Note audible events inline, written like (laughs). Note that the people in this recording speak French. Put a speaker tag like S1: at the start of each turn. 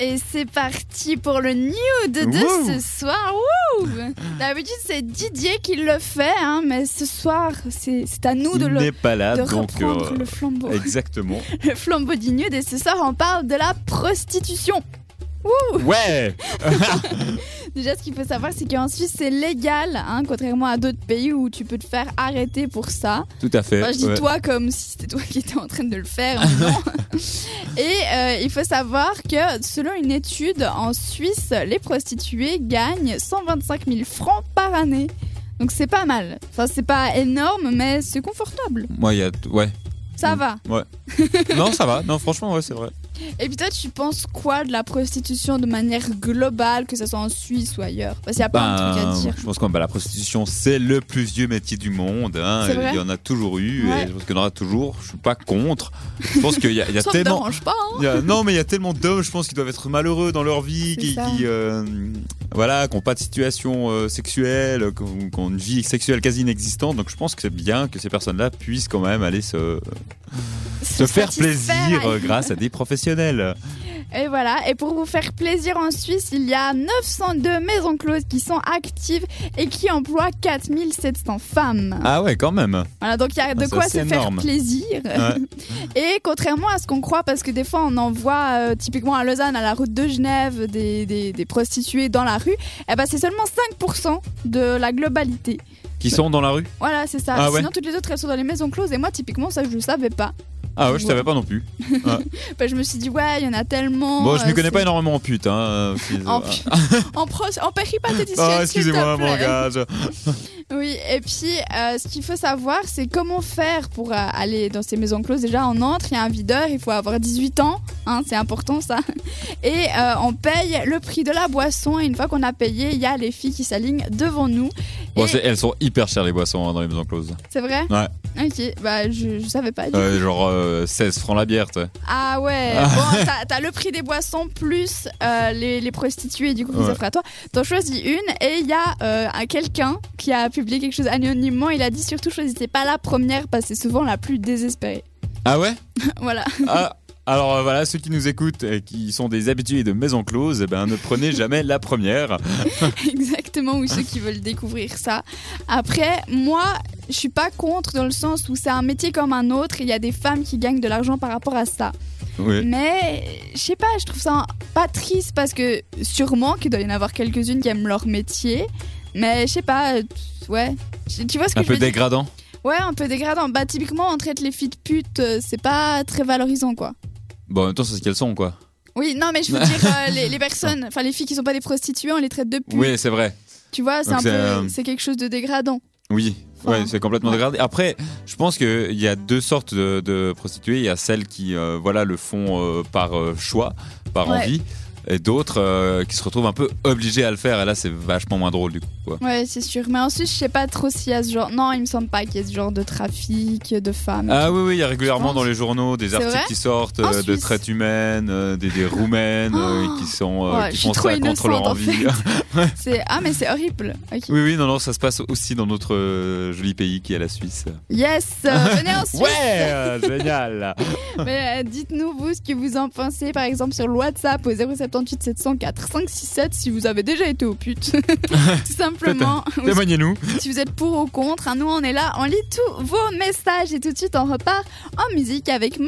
S1: Et c'est parti pour le nude de
S2: Wouh.
S1: ce soir. Wouh D'habitude, c'est Didier qui le fait, hein, mais ce soir, c'est c'est à nous de,
S2: Il
S1: le,
S2: n'est pas là,
S1: de
S2: donc.
S1: reprendre
S2: euh,
S1: le flambeau.
S2: Exactement.
S1: (laughs) Le flambeau du nude, et ce soir, on parle de la prostitution.
S2: Ouais
S1: Déjà, ce qu'il faut savoir, c'est qu'en Suisse, c'est légal, hein, contrairement à d'autres pays où tu peux te faire arrêter pour ça.
S2: Tout à fait.
S1: Enfin, je dis
S2: ouais.
S1: toi comme si c'était toi qui étais en train de le faire. mais
S2: (laughs)
S1: non. Et euh, il faut savoir que selon une étude, en Suisse, les prostituées gagnent 125 000 francs par année. Donc c'est pas mal. Enfin, c'est pas énorme, mais c'est confortable.
S2: Moi, il y a. Ouais.
S1: Ça
S2: Mm.
S1: va.
S2: Non, ça va. Non, franchement, ouais, c'est vrai.
S1: Et puis toi, tu penses quoi de la prostitution de manière globale, que ce soit en Suisse ou ailleurs Parce qu'il y a plein de trucs à
S2: Ben,
S1: dire.
S2: Je pense que la prostitution, c'est le plus vieux métier du monde. hein.
S1: C'est vrai
S2: Il y en a toujours eu.
S1: Ouais.
S2: Et je pense qu'il y en aura toujours. Je suis pas contre. Je pense qu'il y a, il y a
S1: Ça me
S2: tellement.
S1: dérange pas. hein.
S2: il y a- non, mais il y a tellement d'hommes, je pense, qui doivent être malheureux dans leur vie,
S1: C'est
S2: qui,
S1: ça.
S2: qui, euh, voilà, qui n'ont pas de situation euh, sexuelle, qui ont, qui ont une vie sexuelle quasi inexistante. Donc, je pense que c'est bien que ces personnes-là puissent quand même aller se, se faire
S1: satisfaire
S2: plaisir
S1: à-
S2: euh, grâce à des professionnels.
S1: Et voilà, et pour vous faire plaisir en Suisse, il y a 902 maisons closes qui sont actives et qui emploient 4700 femmes.
S2: Ah ouais, quand même.
S1: Voilà, donc il y a de
S2: Ah, ça,
S1: quoi se
S2: c'est
S1: faire
S2: énorme.
S1: plaisir. (laughs) Et contrairement à ce qu'on croit, parce que des fois on en voit euh, typiquement à Lausanne, à la route de Genève, des, des- des prostituées dans la rue, eh ben c'est seulement 5% de la globalité.
S2: Qui sont dans la rue
S1: Voilà, c'est ça.
S2: Ah ouais.
S1: Sinon toutes les autres, elles sont dans les maisons closes. Et moi, typiquement, ça, je ne savais pas.
S2: Ah ouais, je
S1: Ouais.
S2: savais pas non plus.
S1: Ben, je me suis dit, ouais, il y en a tellement.
S2: Bon, je m'y
S1: euh,
S2: connais
S1: c'est-
S2: pas énormément en pute. Hein. euh, si-
S1: En,
S2: ah. (laughs)
S1: en, pro... en péripatéticienne,
S2: Ah,
S1: s'il te
S2: excusez-moi,
S1: plaît.
S2: mon gars. je-
S1: Oui, et puis euh, ce qu'il faut savoir, c'est comment faire pour euh, aller dans ces maisons closes. Déjà, on entre, il y a un videur, il faut avoir 18 ans, hein, c'est important ça. (laughs) Et euh, on paye le prix de la boisson, et une fois qu'on a payé, il y a les filles qui s'alignent devant nous.
S2: Bon,
S1: Et-
S2: c'est- elles sont hyper chères les boissons hein, dans les maisons closes.
S1: C'est vrai
S2: Ouais.
S1: Ok, bah je, je savais pas. du
S2: Euh, genre euh, 16 francs la bière, tu sais.
S1: Ah ouais,
S2: Ah
S1: bon, t'as- t'as le prix des boissons plus euh, les, les prostituées du coup qui
S2: Ouais.
S1: s'offrent à toi. T'en choisis une et il y a euh, un quelqu'un qui a publié quelque chose anonymement. Il a dit surtout choisissez pas la première parce que c'est souvent la plus désespérée. (laughs)
S2: Ah ouais
S1: voilà. (laughs)
S2: Ah, alors euh, voilà, ceux qui nous écoutent et qui sont des habitués de Maison Close, eh ben, ne prenez jamais
S1: (laughs)
S2: la première.
S1: Exactement, ou ceux qui veulent découvrir ça. Après, moi, je suis pas contre dans le sens où c'est un métier comme un autre et il y a des femmes qui gagnent de l'argent par rapport à ça.
S2: Oui.
S1: Mais je sais pas, je trouve ça un- pas triste parce que sûrement qu'il doit y en avoir quelques-unes qui aiment leur métier. Mais je sais pas, euh, ouais. Tu tu vois ce que
S2: Un
S1: je veux
S2: peu
S1: dire
S2: dégradant.
S1: Ouais, un peu dégradant. Bah typiquement, on traite les filles de putes, euh, c'est pas très valorisant quoi.
S2: Bon, en même temps, c'est ce qu'elles sont, quoi.
S1: Oui, non mais je
S2: (laughs)
S1: veux dire euh, les, les personnes, enfin les filles qui sont pas des prostituées, on les traite de putes.
S2: Oui, c'est vrai.
S1: Tu vois, c'est
S2: Donc
S1: un
S2: c'est,
S1: peu,
S2: euh,
S1: c'est quelque chose de dégradant.
S2: Oui,
S1: Enfin,
S2: ouais, c'est complètement
S1: ouais.
S2: dégradé. Après, je pense qu'il y a deux sortes de, de prostituées. Il y a celles qui euh, voilà, le font euh, par euh, choix, par
S1: Ouais.
S2: envie, et d'autres euh, qui se retrouvent un peu obligées à le faire. Et là, c'est vachement moins drôle, du coup. quoi.
S1: Ouais, c'est sûr. Mais ensuite, je sais pas trop s'il y a ce genre. Non, il me semble pas qu'il y ait ce genre de trafic de femmes.
S2: Ah oui, oui, il y a régulièrement
S1: pense.
S2: dans les journaux des
S1: C'est
S2: articles
S1: vrai
S2: qui sortent
S1: En
S2: euh, de
S1: Suisse.
S2: traite humaine, euh, des, des roumaines euh,
S1: Oh.
S2: qui, sont, euh,
S1: Ouais,
S2: qui
S1: je suis
S2: font
S1: trop
S2: ça contre leur
S1: innocente en
S2: envie.
S1: fait. C'est ah mais c'est horrible. Ok.
S2: (laughs) oui, oui, non, non, ça se passe aussi dans notre euh, joli pays qui est la Suisse.
S1: Yes, euh,
S2: (laughs)
S1: venez en Suisse.
S2: Ouais, génial.
S1: (laughs) Mais euh, dites-nous vous ce que vous en pensez, par exemple sur le WhatsApp au 078 704 567 si vous avez déjà été au pute, (laughs) tout simplement. Ou
S2: Témoignez-nous.
S1: si vous êtes pour ou contre, hein, nous on est là, on lit tous vos messages et tout de suite on repart en musique avec